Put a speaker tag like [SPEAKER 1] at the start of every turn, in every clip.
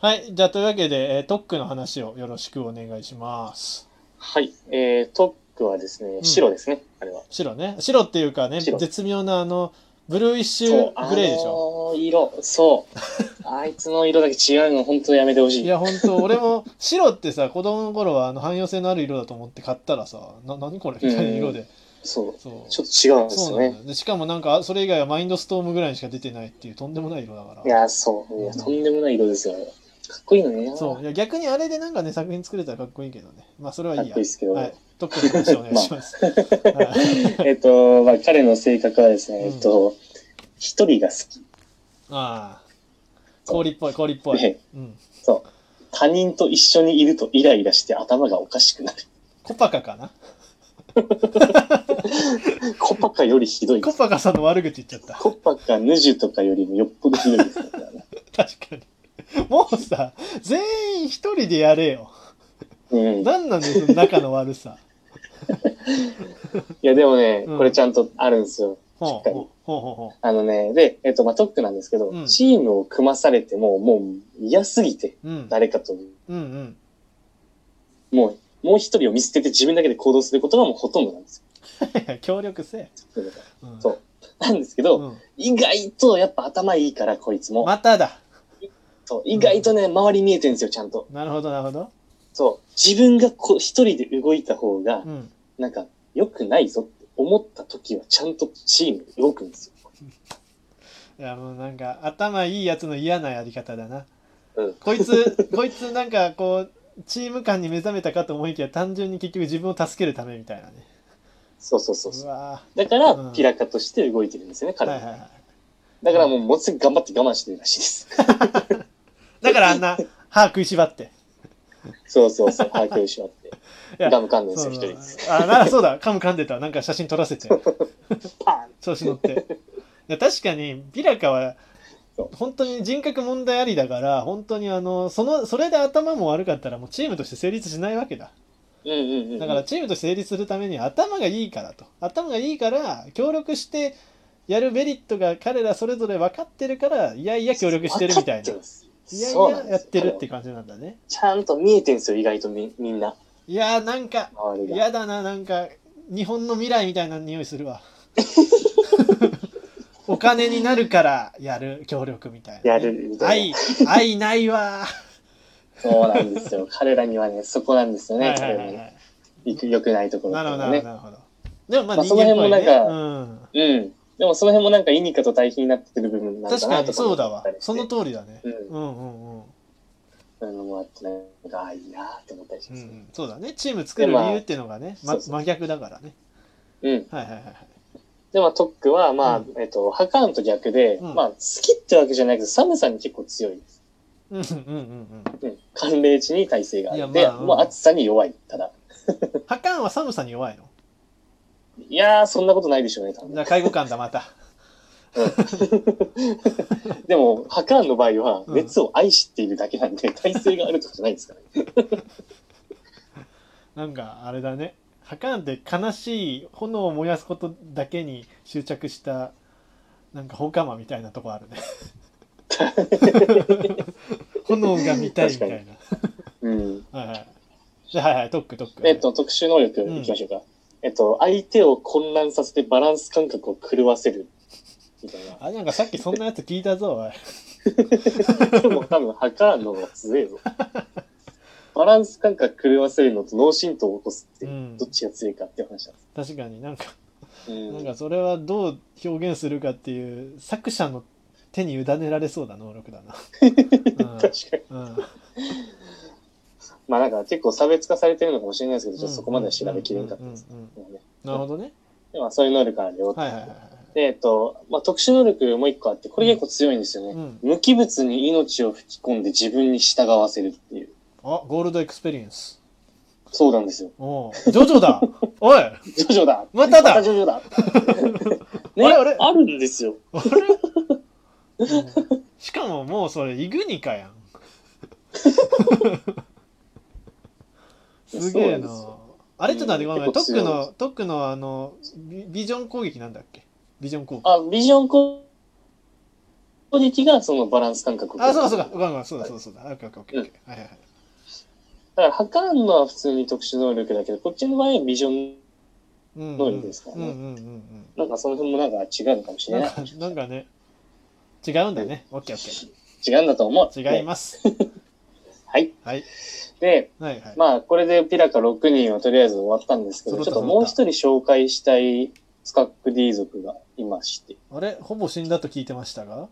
[SPEAKER 1] はい。じゃあ、というわけで、えートックの話をよろしくお願いします。
[SPEAKER 2] はい。えー、トックはですね
[SPEAKER 1] う、ん
[SPEAKER 2] 白ですね、あれは。
[SPEAKER 1] 白ね。白っていうかね、
[SPEAKER 2] 白
[SPEAKER 1] 絶妙な、あの、ブルーイッシ
[SPEAKER 2] そう、
[SPEAKER 1] ュグレーでしょ。
[SPEAKER 2] あの色、 そう。あいつの色だけ違うの、本当やめてほしい。
[SPEAKER 1] いや、ほんと、俺も、白ってさ、子供の頃は、あの、汎用性のある色だと思って買ったらさ、な、何これみたいな色で。
[SPEAKER 2] そう。
[SPEAKER 1] そう。
[SPEAKER 2] ちょっと違うんです
[SPEAKER 1] そ
[SPEAKER 2] よ
[SPEAKER 1] うなんだ
[SPEAKER 2] ね。
[SPEAKER 1] よでしかもなんか、それ以外はマインドストームぐらいしか出てないっていう、とんでもない色だから。
[SPEAKER 2] いや、そう。いや、とんでもない色ですよ、あれはかっこいいのね。
[SPEAKER 1] そう。いや、逆にあれでなんかね、作品作れたらかっこいいけどね。まあ、それはいいや。
[SPEAKER 2] かっこいいですけど
[SPEAKER 1] はい。トックの話お願いし ます。はい
[SPEAKER 2] えっと、まあ、彼の性格はですね、
[SPEAKER 1] うん
[SPEAKER 2] えっと、一人が好き。
[SPEAKER 1] ああ。氷っぽい、氷っぽい
[SPEAKER 2] ね。
[SPEAKER 1] うん。
[SPEAKER 2] そう。他人と一緒にいるとイライラして頭がおかしく なる。
[SPEAKER 1] コパカかな
[SPEAKER 2] コパカよりひどいで
[SPEAKER 1] コ
[SPEAKER 2] す。
[SPEAKER 1] パカさんの悪口言っちゃった。
[SPEAKER 2] コパカ、ヌジュとかよりもよっぽどひど いですからね。
[SPEAKER 1] 確かに。もうさ、全員一人でやれよ。
[SPEAKER 2] うん。い
[SPEAKER 1] なんなんでその仲の悪さ。
[SPEAKER 2] や、でもね、
[SPEAKER 1] うん
[SPEAKER 2] これちゃんとあるんですよ。
[SPEAKER 1] ほう
[SPEAKER 2] 確か
[SPEAKER 1] ほう
[SPEAKER 2] に
[SPEAKER 1] ほうほ
[SPEAKER 2] あのね、で、えっと、まあ、トックなんですけど、
[SPEAKER 1] うん
[SPEAKER 2] チームを組まされても、もう嫌すぎて、
[SPEAKER 1] う。うん。
[SPEAKER 2] 誰かと、
[SPEAKER 1] うんうん。
[SPEAKER 2] もう、もう一人を見捨てて自分だけで行動することがもうほとんどなんです
[SPEAKER 1] いや協力せえ。
[SPEAKER 2] よ。
[SPEAKER 1] うん
[SPEAKER 2] そうなんですけど、
[SPEAKER 1] うん
[SPEAKER 2] 意外とやっぱ頭いいから、こいつも。
[SPEAKER 1] まただ。
[SPEAKER 2] そう意外とね、周り見えてるんですよ、ちゃんと。
[SPEAKER 1] なるほど、なるほど。
[SPEAKER 2] そう。自分がこう一人で動いた方が
[SPEAKER 1] う、ん。
[SPEAKER 2] なんか、良くないぞって思った時は、ちゃんとチーム動くんですよ。
[SPEAKER 1] いや、もうなんか、頭いいやつの嫌なやり方だな。
[SPEAKER 2] うん。
[SPEAKER 1] こいつ、こいつなんかこう、チーム感に目覚めたかと思いきや、単純に結局自分を助けるためみたいなね。
[SPEAKER 2] そうそうそうそうう。
[SPEAKER 1] わ
[SPEAKER 2] だか
[SPEAKER 1] うん
[SPEAKER 2] ら、ピラカとして動いてるんですよね、
[SPEAKER 1] ー
[SPEAKER 2] 彼
[SPEAKER 1] は
[SPEAKER 2] は。
[SPEAKER 1] いはいはい。
[SPEAKER 2] だからもう、もうすぐ頑張って我慢してるらしいです。
[SPEAKER 1] だからあんな、歯食いしばって。
[SPEAKER 2] そうそ うそう、把握をしまって。
[SPEAKER 1] や
[SPEAKER 2] ガム噛んでるんです
[SPEAKER 1] そ
[SPEAKER 2] よ、
[SPEAKER 1] う
[SPEAKER 2] 一
[SPEAKER 1] そ
[SPEAKER 2] 人
[SPEAKER 1] う
[SPEAKER 2] で。
[SPEAKER 1] あ、ならそうだ、噛む噛んでた。なんか写真撮ら せて。
[SPEAKER 2] パ
[SPEAKER 1] 調子乗って。いや、確かに、ビラカは
[SPEAKER 2] そ、
[SPEAKER 1] 本当に人格問題ありだから、本当にあの、その、それで頭も悪かったら、もうチームとして成立しないわけだ。
[SPEAKER 2] ーンうんうんうん。
[SPEAKER 1] だから、チームとして成立するためには頭がいいからと。頭がいいから、協力してやるメリットが彼らそれぞれ分かってるから、いやいや協力してるみたい
[SPEAKER 2] 分かって
[SPEAKER 1] な
[SPEAKER 2] るん。です
[SPEAKER 1] いやい
[SPEAKER 2] そうな
[SPEAKER 1] や
[SPEAKER 2] んですよ
[SPEAKER 1] やってるって感じなんだね。
[SPEAKER 2] ちゃんと見えてるんですよ、意外とみみんな。
[SPEAKER 1] いやー、なんか、
[SPEAKER 2] 周りが。
[SPEAKER 1] 嫌だななんか日本の未来みたいな匂いする わお金になるからやる協力みたいなね、
[SPEAKER 2] やるみた
[SPEAKER 1] 愛
[SPEAKER 2] い
[SPEAKER 1] 愛ないわ
[SPEAKER 2] そうなんで すよ。彼らにはね、そこなんですよ
[SPEAKER 1] は
[SPEAKER 2] ね
[SPEAKER 1] い。はいは
[SPEAKER 2] 彼ら
[SPEAKER 1] い
[SPEAKER 2] に
[SPEAKER 1] はい
[SPEAKER 2] 行く良くないところ
[SPEAKER 1] なる
[SPEAKER 2] と
[SPEAKER 1] ほど
[SPEAKER 2] か
[SPEAKER 1] なるほどなるほ
[SPEAKER 2] ね。
[SPEAKER 1] どでもまあ
[SPEAKER 2] まあ
[SPEAKER 1] 人間っぽいね、
[SPEAKER 2] その辺も
[SPEAKER 1] うん
[SPEAKER 2] うん。でもその辺もなんかイニカと対比になってる部分なの
[SPEAKER 1] 確
[SPEAKER 2] か
[SPEAKER 1] か
[SPEAKER 2] な
[SPEAKER 1] に
[SPEAKER 2] とか
[SPEAKER 1] そ
[SPEAKER 2] 思
[SPEAKER 1] うだ
[SPEAKER 2] っ
[SPEAKER 1] わ
[SPEAKER 2] たりして。
[SPEAKER 1] その通りだね、
[SPEAKER 2] うん
[SPEAKER 1] う。んうんうん
[SPEAKER 2] そういうのもあって、なんか、ああ、いいなと思ったりし
[SPEAKER 1] う
[SPEAKER 2] ま
[SPEAKER 1] んう
[SPEAKER 2] すね。
[SPEAKER 1] ん、そうだねチーム作る理由っていうのがね、
[SPEAKER 2] ま
[SPEAKER 1] ま
[SPEAKER 2] あそうそう
[SPEAKER 1] 真逆だからね
[SPEAKER 2] うん。
[SPEAKER 1] はいはいはいはい
[SPEAKER 2] で、まあ、トックは、まあ、
[SPEAKER 1] う
[SPEAKER 2] えっと、ハカーンと逆で、
[SPEAKER 1] うん
[SPEAKER 2] まあ、好きってわけじゃないけど、寒さに結構強い。
[SPEAKER 1] うんうんうん
[SPEAKER 2] うん。寒冷地に耐性があ
[SPEAKER 1] い
[SPEAKER 2] っ
[SPEAKER 1] や
[SPEAKER 2] て、
[SPEAKER 1] まあうん
[SPEAKER 2] もう暑さに弱い。ただ。
[SPEAKER 1] うんハカンは寒さに弱いの
[SPEAKER 2] いやー、そんなことないでしょうね、多
[SPEAKER 1] じゃあ
[SPEAKER 2] 分。
[SPEAKER 1] 介護官だまた
[SPEAKER 2] でも、ハカーンの場合は、
[SPEAKER 1] うん
[SPEAKER 2] 熱を愛しているだけなんで、 耐性があるとかじゃないんですからね。
[SPEAKER 1] なんかあれだね。ハカーンって悲しい炎を燃やすことだけに執着したなんか放火魔みたいなとこある ね。炎が見たいみたいな。
[SPEAKER 2] うん。
[SPEAKER 1] はいはい。じゃあはいはい、トックトック。
[SPEAKER 2] えっと、特殊能力いきましょうか。えっと、相手を混乱させてバランス感覚を狂わせる。みたいな。
[SPEAKER 1] あ、なんかさっきそんなやつ聞いたぞ、おい。
[SPEAKER 2] でも多分、ハカーンの方が 強いぞ。バランス感覚狂わせるのと脳震盪を起こすって、
[SPEAKER 1] うん
[SPEAKER 2] どっちが強いかっていう話なんです。
[SPEAKER 1] 確かになんか、
[SPEAKER 2] うん。
[SPEAKER 1] なんかそれはどう表現するかっていう作者の手に委ねられそうな能力だ な。
[SPEAKER 2] 確かに。
[SPEAKER 1] うん。うん
[SPEAKER 2] まあなんか結構差別化されてるのかもしれないですけど、ちょっとそこまでは調べきれんかったです。
[SPEAKER 1] うんうんうん
[SPEAKER 2] もうね
[SPEAKER 1] なるほどね。
[SPEAKER 2] でまあそういう能力あるよって。
[SPEAKER 1] はいはいはいは
[SPEAKER 2] で、えっと、まあ特殊能力もう一個あって、これ結構強いんですよ
[SPEAKER 1] い。う
[SPEAKER 2] ね。
[SPEAKER 1] ん。
[SPEAKER 2] 無機物に命を吹き込んで自分に従わせるっていう。
[SPEAKER 1] あ、ゴールドエクスペリエンス。
[SPEAKER 2] そうな んですよ。
[SPEAKER 1] おうジョジョだ おいあ
[SPEAKER 2] ジョジョだ
[SPEAKER 1] まただ
[SPEAKER 2] またジョジ ョだね、
[SPEAKER 1] あれ
[SPEAKER 2] あ
[SPEAKER 1] あれ
[SPEAKER 2] るんですよ。
[SPEAKER 1] れしかももうそれイグニカ やんすげえ
[SPEAKER 2] そうなんで
[SPEAKER 1] な
[SPEAKER 2] すよ
[SPEAKER 1] あれちょっと待ってごめん
[SPEAKER 2] うん
[SPEAKER 1] トック
[SPEAKER 2] 結構強い
[SPEAKER 1] のトックのあのビビジョン攻撃なんだっけビジョン攻撃
[SPEAKER 2] あ、ビジョン攻攻撃がそのバランス感覚を
[SPEAKER 1] あ、そうかそうか。ごめんごめん。そうだそうだそうだ。オッケーオッケーオッケー。はいはいはい。
[SPEAKER 2] だから、測るのは普通に特殊能力だけど、こっちの場合はビジョ
[SPEAKER 1] う
[SPEAKER 2] ン、
[SPEAKER 1] ん
[SPEAKER 2] 能力ですから
[SPEAKER 1] うん
[SPEAKER 2] ね
[SPEAKER 1] うんうん
[SPEAKER 2] なんかその辺もなんか違うのかもし
[SPEAKER 1] うん。
[SPEAKER 2] れ
[SPEAKER 1] な
[SPEAKER 2] なんい。
[SPEAKER 1] かなんかね、違うんだね。オッケーオッ
[SPEAKER 2] 違うんだと思う。
[SPEAKER 1] ケー。違い
[SPEAKER 2] ね
[SPEAKER 1] ます。
[SPEAKER 2] はい。
[SPEAKER 1] はい
[SPEAKER 2] で、
[SPEAKER 1] はいはい。
[SPEAKER 2] まあ、これでピラカ6人はとりあえず終わったんですけど、
[SPEAKER 1] 揃っ
[SPEAKER 2] ちょ
[SPEAKER 1] た
[SPEAKER 2] っともう一人紹介したいスカック D 族がいまして。
[SPEAKER 1] あれほぼ死んだと聞いてましたが。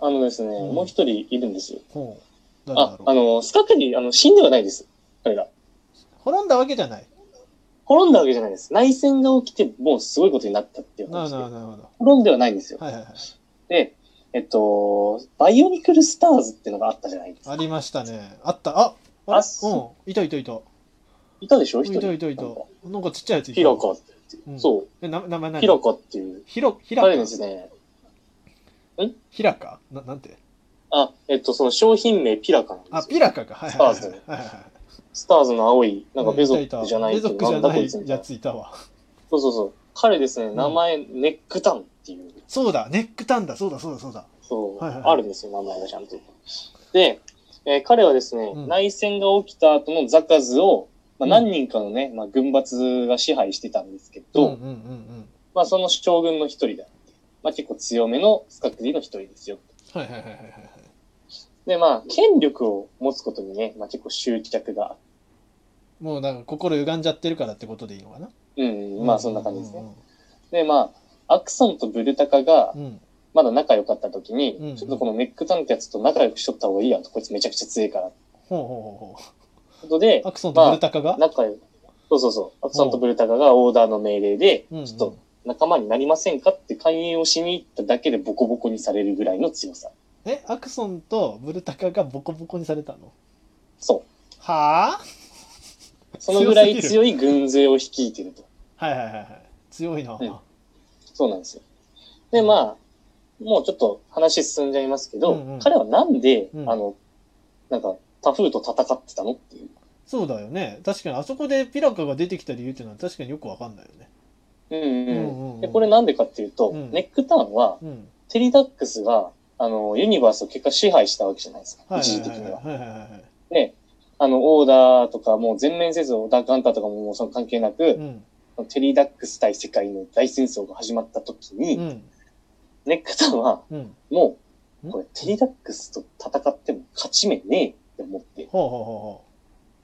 [SPEAKER 2] あのですね、
[SPEAKER 1] うん
[SPEAKER 2] もう一人いるんですよ。
[SPEAKER 1] ほう。誰だ
[SPEAKER 2] あ、あ
[SPEAKER 1] ろう。
[SPEAKER 2] の、スカック D、あの、死んではないです。彼ら。
[SPEAKER 1] 滅んだわけじゃない。
[SPEAKER 2] 滅んだわけじゃないです。内戦が起きて、もうすごいことになったっていう
[SPEAKER 1] なる
[SPEAKER 2] 話
[SPEAKER 1] ほど
[SPEAKER 2] で。
[SPEAKER 1] なるほど。
[SPEAKER 2] 滅んではないんですよ。
[SPEAKER 1] はいはいはい。
[SPEAKER 2] で、えっと、バイオニクルスターズっていうのがあったじゃないです
[SPEAKER 1] あ
[SPEAKER 2] か。
[SPEAKER 1] りましたね。あった。ああ
[SPEAKER 2] あ
[SPEAKER 1] れうん
[SPEAKER 2] そ。
[SPEAKER 1] いたいたいた。
[SPEAKER 2] いたでしょ
[SPEAKER 1] い
[SPEAKER 2] 一人。
[SPEAKER 1] たいたいた
[SPEAKER 2] なんか。
[SPEAKER 1] なんかちっちゃいやついた。
[SPEAKER 2] ヒラカって
[SPEAKER 1] うん
[SPEAKER 2] そ
[SPEAKER 1] え、な名前
[SPEAKER 2] う。
[SPEAKER 1] 何
[SPEAKER 2] ヒラカっていう。
[SPEAKER 1] ひろ、ひらか
[SPEAKER 2] 彼ですね。
[SPEAKER 1] ひらかななんて
[SPEAKER 2] あ、えっと、その商品名ピラカなんですよ。
[SPEAKER 1] あ、ピラカか。はいはいはい
[SPEAKER 2] スターズね
[SPEAKER 1] はいはいはい。
[SPEAKER 2] スターズの青い、なんか
[SPEAKER 1] う
[SPEAKER 2] ベゾ
[SPEAKER 1] いた
[SPEAKER 2] ックじゃない
[SPEAKER 1] ベ
[SPEAKER 2] けど
[SPEAKER 1] ゾックじゃ
[SPEAKER 2] んだ
[SPEAKER 1] な
[SPEAKER 2] こいつみ
[SPEAKER 1] い
[SPEAKER 2] たい
[SPEAKER 1] や
[SPEAKER 2] な。
[SPEAKER 1] ついたわ。
[SPEAKER 2] そうそうそう。彼ですね、
[SPEAKER 1] ん
[SPEAKER 2] 名前、ネックタンっていう、
[SPEAKER 1] そうだ、ネックタンだ。そうだそうだそうだ。
[SPEAKER 2] そう、
[SPEAKER 1] はいはい
[SPEAKER 2] あるんですよ、名前がちゃんと。で、えー彼はですね、
[SPEAKER 1] うん
[SPEAKER 2] 内戦が起きた後のザカズを、ま
[SPEAKER 1] う
[SPEAKER 2] あ、
[SPEAKER 1] ん
[SPEAKER 2] 何人かのね、まあ、軍閥が支配してたんですけ
[SPEAKER 1] うん
[SPEAKER 2] ど、
[SPEAKER 1] うんうんうん。
[SPEAKER 2] まあ、その将軍の一人だって。まあ、結構強めのスカクリの一人ですよ。
[SPEAKER 1] はいはいはいはいはいはい。
[SPEAKER 2] で、まあ、権力を持つことにね、まあ、結構執着があっ
[SPEAKER 1] もうなんか心歪んじゃってるからってことでいいのかな。
[SPEAKER 2] うん、まあ、そんな感じですね。
[SPEAKER 1] うん
[SPEAKER 2] で、まあ、アクソンとブルタカが
[SPEAKER 1] う、んうん。
[SPEAKER 2] まだ仲良かった時に、
[SPEAKER 1] うんうん
[SPEAKER 2] ちょっとこのネックタンってやつと仲良くしとった方がいいやんと、こいつめちゃくちゃ強いから。と
[SPEAKER 1] ほうほうほうほ
[SPEAKER 2] いうことで
[SPEAKER 1] う。、アクソンとブルタカが、
[SPEAKER 2] 仲良く、そうそうそう、アクソンとブルタカがオーダーの命令で、
[SPEAKER 1] うんうん
[SPEAKER 2] ちょっと仲間になりませんかって勧誘をしに行っただけでボコボコにされるぐらいの強さ。
[SPEAKER 1] え、アクソンとブルタカがボコボコにされたの
[SPEAKER 2] そう。
[SPEAKER 1] はあ
[SPEAKER 2] そのぐらい
[SPEAKER 1] 強すぎ
[SPEAKER 2] 強い軍勢を率いてると。
[SPEAKER 1] はいはいはいはい。強いな。
[SPEAKER 2] うんそうなんですよ。で、まあ、もうちょっと話進んじゃいますけど、
[SPEAKER 1] うんうん
[SPEAKER 2] 彼はなんで、
[SPEAKER 1] うん
[SPEAKER 2] あの、なんか、タフーと戦ってたのっていう。
[SPEAKER 1] そうだよね。確かにあそこでピラカが出てきた理由っていうのは確かによくわかんないよね。
[SPEAKER 2] うんうん。
[SPEAKER 1] うんうんうん
[SPEAKER 2] でこれなんでかっていうと、
[SPEAKER 1] うん
[SPEAKER 2] ネックターンは、
[SPEAKER 1] うん。
[SPEAKER 2] テリダックスが、あの、ユニバースを結果支配したわけじゃないですか、
[SPEAKER 1] はい
[SPEAKER 2] 一時
[SPEAKER 1] はい
[SPEAKER 2] 的に
[SPEAKER 1] はい
[SPEAKER 2] は。
[SPEAKER 1] はいはいはいはい。
[SPEAKER 2] で、あの、オーダーとか、もう全面せず、オーダーガンターとかももうその関係な
[SPEAKER 1] う
[SPEAKER 2] く、
[SPEAKER 1] ん。
[SPEAKER 2] テリダックス対世界の大戦争が始まった時に、
[SPEAKER 1] うん。
[SPEAKER 2] ネックターンは、
[SPEAKER 1] うん。
[SPEAKER 2] も
[SPEAKER 1] ん
[SPEAKER 2] う、これ、テリダックスと戦っても勝ち目ねえって思って、
[SPEAKER 1] ほうほうほ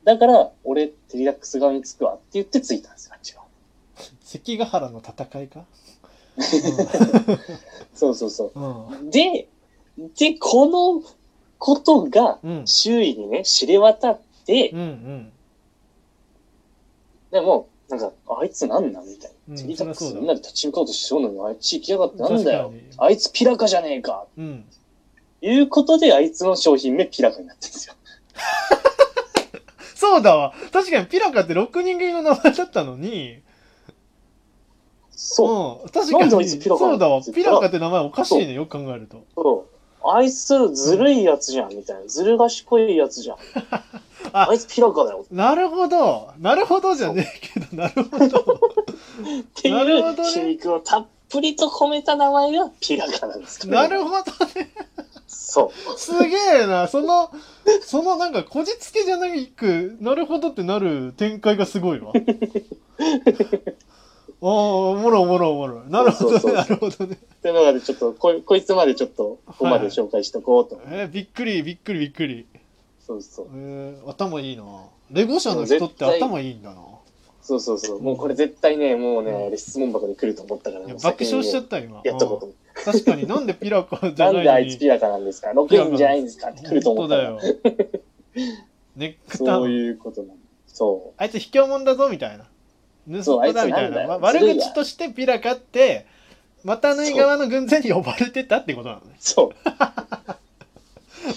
[SPEAKER 2] だから、俺、テリダックス側につくわって言ってついたんですよ、あっちが。
[SPEAKER 1] うほう。関ヶ原の戦いか
[SPEAKER 2] そうそうそ
[SPEAKER 1] うん。うん
[SPEAKER 2] う。で、で、このことが、
[SPEAKER 1] うん。
[SPEAKER 2] 周囲にね、知れ渡って、
[SPEAKER 1] うんうん。
[SPEAKER 2] でも、なんか、あいつなんだみたい
[SPEAKER 1] うん
[SPEAKER 2] な。テリダック
[SPEAKER 1] そりゃそう
[SPEAKER 2] ス
[SPEAKER 1] だ
[SPEAKER 2] みんなで立ち向かおうとしようのに、あいつ行きやがってなんだ
[SPEAKER 1] 確
[SPEAKER 2] よ
[SPEAKER 1] かに。
[SPEAKER 2] あいつピラカじゃねえか。
[SPEAKER 1] うん。
[SPEAKER 2] いうことで、あいつの商品名ピラカになったんですよ。
[SPEAKER 1] そうだわ。確かにピラカって6人組の名前だったのに、
[SPEAKER 2] そう。
[SPEAKER 1] うん。確
[SPEAKER 2] なんで
[SPEAKER 1] か
[SPEAKER 2] あい
[SPEAKER 1] に、
[SPEAKER 2] つピラカな
[SPEAKER 1] そ
[SPEAKER 2] の
[SPEAKER 1] うだわ
[SPEAKER 2] って。
[SPEAKER 1] ピ
[SPEAKER 2] 言ったら
[SPEAKER 1] ラカって名前おかしいね、よく考えると。
[SPEAKER 2] そうあいつずるいやつじゃん、みたいな。ずる賢いや つじゃん。
[SPEAKER 1] あ
[SPEAKER 2] あいつピラカだよ。
[SPEAKER 1] なるほど。なるほどじゃねえけど、なるほど。
[SPEAKER 2] ってい
[SPEAKER 1] なるほど
[SPEAKER 2] う
[SPEAKER 1] ね
[SPEAKER 2] 皮肉をたっぷりと込めた名前がピラカなんですけど。
[SPEAKER 1] なるほどね。
[SPEAKER 2] そう。
[SPEAKER 1] すげえな、その、そのなんか、こじつけじゃないく、なるほどってなる展開がすごい わ。ああ、おもろおもろおもろ。なるほど
[SPEAKER 2] そ
[SPEAKER 1] ね、
[SPEAKER 2] うそうそう
[SPEAKER 1] なるほどね。
[SPEAKER 2] っていうのが、ちょっとこい、こいつまでちょっと、ここまで
[SPEAKER 1] はい
[SPEAKER 2] 紹介しとこうと。
[SPEAKER 1] えーびっくり、びっくり、びっくり。
[SPEAKER 2] そうそう。
[SPEAKER 1] えー、頭いいな。レゴ社の人って頭いいんだな。
[SPEAKER 2] そうそうそう。もうこれ絶対ね、もうね、俺質問箱に来ると思ったから、
[SPEAKER 1] いや
[SPEAKER 2] もう
[SPEAKER 1] 爆
[SPEAKER 2] 先に
[SPEAKER 1] 笑しちゃった、今。
[SPEAKER 2] やっとこうと思
[SPEAKER 1] う
[SPEAKER 2] っ
[SPEAKER 1] ん確かに、なんでピラコじ
[SPEAKER 2] て。な
[SPEAKER 1] ゃ
[SPEAKER 2] んで
[SPEAKER 1] な
[SPEAKER 2] あ
[SPEAKER 1] いの
[SPEAKER 2] い
[SPEAKER 1] に
[SPEAKER 2] つピラカなんですか ?6 人じゃないんですかって来ると思
[SPEAKER 1] 本当
[SPEAKER 2] った
[SPEAKER 1] だ
[SPEAKER 2] ら。
[SPEAKER 1] よ。ネックタ
[SPEAKER 2] そう
[SPEAKER 1] ウン。
[SPEAKER 2] いうことなの。そ
[SPEAKER 1] あいつ卑怯者だぞみたいな。盗っ人だみた
[SPEAKER 2] そうあいつないんだ
[SPEAKER 1] な。
[SPEAKER 2] よ
[SPEAKER 1] ま
[SPEAKER 2] ず
[SPEAKER 1] 悪
[SPEAKER 2] るいわ
[SPEAKER 1] 口としてピラカって、股縫い側の軍勢に呼ばれてたってことなのね
[SPEAKER 2] う。。そう。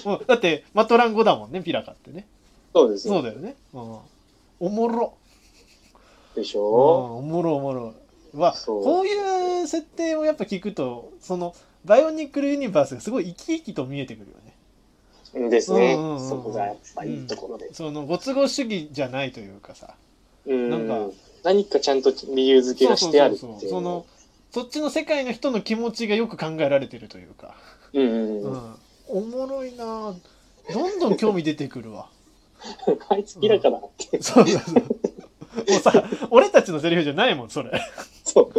[SPEAKER 1] もうだって、マトラン語だもんね、ピラカってね。
[SPEAKER 2] そうです
[SPEAKER 1] そう
[SPEAKER 2] よ。
[SPEAKER 1] だよね。うん、おもろ、
[SPEAKER 2] でし
[SPEAKER 1] うん。
[SPEAKER 2] ょ
[SPEAKER 1] おもろおもろ。は、
[SPEAKER 2] そう
[SPEAKER 1] こういう設定をやっぱ聞くと、その、バイオニックルユニバースがすごい生き生きと見えてくるよね。
[SPEAKER 2] ですね
[SPEAKER 1] うんうんうん。
[SPEAKER 2] そこがやっぱいいところで。
[SPEAKER 1] その、ご都合主義じゃないというかさ。
[SPEAKER 2] うん。
[SPEAKER 1] なんか
[SPEAKER 2] 何かちゃんと理由付けがしてあるって
[SPEAKER 1] そうそう
[SPEAKER 2] い
[SPEAKER 1] そう
[SPEAKER 2] う。
[SPEAKER 1] そのそっちの世界の人の気持ちがよく考えられてるというか
[SPEAKER 2] うんうん
[SPEAKER 1] う
[SPEAKER 2] うん。
[SPEAKER 1] ん、おもろいなどんどん興味出てくるわ
[SPEAKER 2] あいつキラかなって。
[SPEAKER 1] そうそうそうもうさ俺たちのセリフじゃないもんそれ
[SPEAKER 2] そう。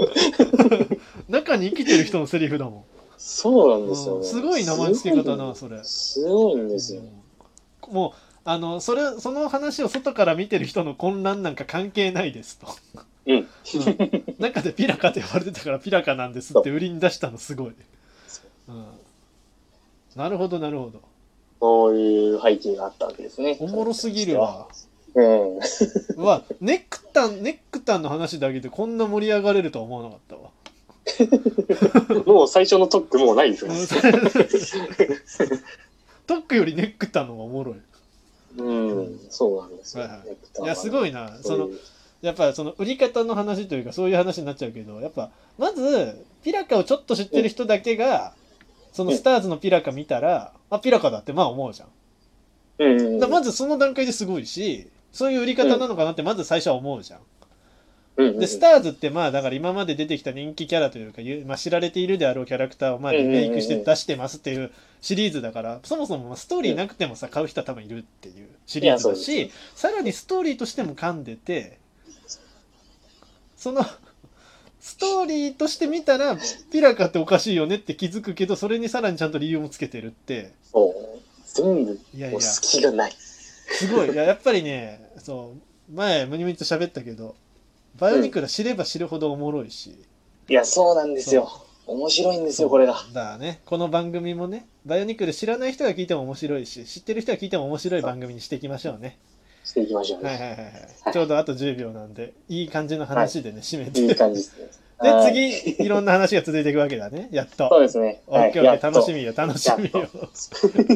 [SPEAKER 1] 中に生きてる人のセリフだも
[SPEAKER 2] そうなん
[SPEAKER 1] ん、
[SPEAKER 2] ですよ
[SPEAKER 1] うん
[SPEAKER 2] ね。
[SPEAKER 1] すごい名前付け方なそれ
[SPEAKER 2] すごいんですよ。
[SPEAKER 1] うんもうあのそれその話を外から見てる人の混乱なんか関係ないですと、
[SPEAKER 2] う
[SPEAKER 1] う
[SPEAKER 2] ん
[SPEAKER 1] ん中でピラカって呼ばれてたからピラカなんですって売りに出したのすごい、うん、なるほどなるほど
[SPEAKER 2] そういう背景があったわけですね。
[SPEAKER 1] おもろすぎるわ
[SPEAKER 2] うん。
[SPEAKER 1] うわネクタンネクタンの話だけでこんな盛り上がれるとは思わなかったわ
[SPEAKER 2] もう最初のトックもうないですよね。
[SPEAKER 1] トックよりネクタンの方がおもろい
[SPEAKER 2] うん。そうなんですよ
[SPEAKER 1] はいはい。い
[SPEAKER 2] い
[SPEAKER 1] やす
[SPEAKER 2] い。
[SPEAKER 1] ごいな
[SPEAKER 2] そ
[SPEAKER 1] その
[SPEAKER 2] の、
[SPEAKER 1] やっぱその売り方の話というかそういう話になっちゃうけどやっぱまずピラカをちょっと知ってる人だけがそのスターズのピラカ見たらあピラカだってまあ思うじゃん
[SPEAKER 2] うんうんうん。
[SPEAKER 1] だからまずその段階ですごいしそういう売り方なのかなってまず最初は思うじゃん
[SPEAKER 2] うんうんうん
[SPEAKER 1] でスターズってまあだから今まで出てきた人気キャラというか、ゆまあ、知られているであろうキャラクターをまあリメイクし
[SPEAKER 2] うんうんう
[SPEAKER 1] て
[SPEAKER 2] ん
[SPEAKER 1] 出してますっていうシリーズだからそもそもまあストーリーなくてもさ買う人は多分いるっていうシリーズだ
[SPEAKER 2] い
[SPEAKER 1] し
[SPEAKER 2] や
[SPEAKER 1] さらにストーリーとしても噛んでてそのストーリーとして見たらピラカっておかしいよねって気づくけどそれにさらにちゃんと理由もつけてるって
[SPEAKER 2] そう。全部、も
[SPEAKER 1] いやいうや
[SPEAKER 2] 隙がない。
[SPEAKER 1] すごい。いや、やっぱりね、そう、前、ムニムニと喋ったけど、バイオニクラ知れば知るほどおもろいし。
[SPEAKER 2] いや、そうなんですよ。面白いんですよ、これが。
[SPEAKER 1] だからね、この番組もね、バイオニクル知らない人が聞いても面白いし、知ってる人が聞いても面白い番組にしていきましょうね。
[SPEAKER 2] していきましょう
[SPEAKER 1] はい
[SPEAKER 2] ね。
[SPEAKER 1] はいはいはい。ちょうどあと10秒なんで、いい感じの話でね、締めて。
[SPEAKER 2] いい感じですね。はい
[SPEAKER 1] で、次、いろんな話が続いていくわけだね、やっ
[SPEAKER 2] そう
[SPEAKER 1] と。
[SPEAKER 2] ですね。
[SPEAKER 1] オッケーオッケー楽し
[SPEAKER 2] み。
[SPEAKER 1] みよ、楽しみ
[SPEAKER 2] や
[SPEAKER 1] よ
[SPEAKER 2] っ。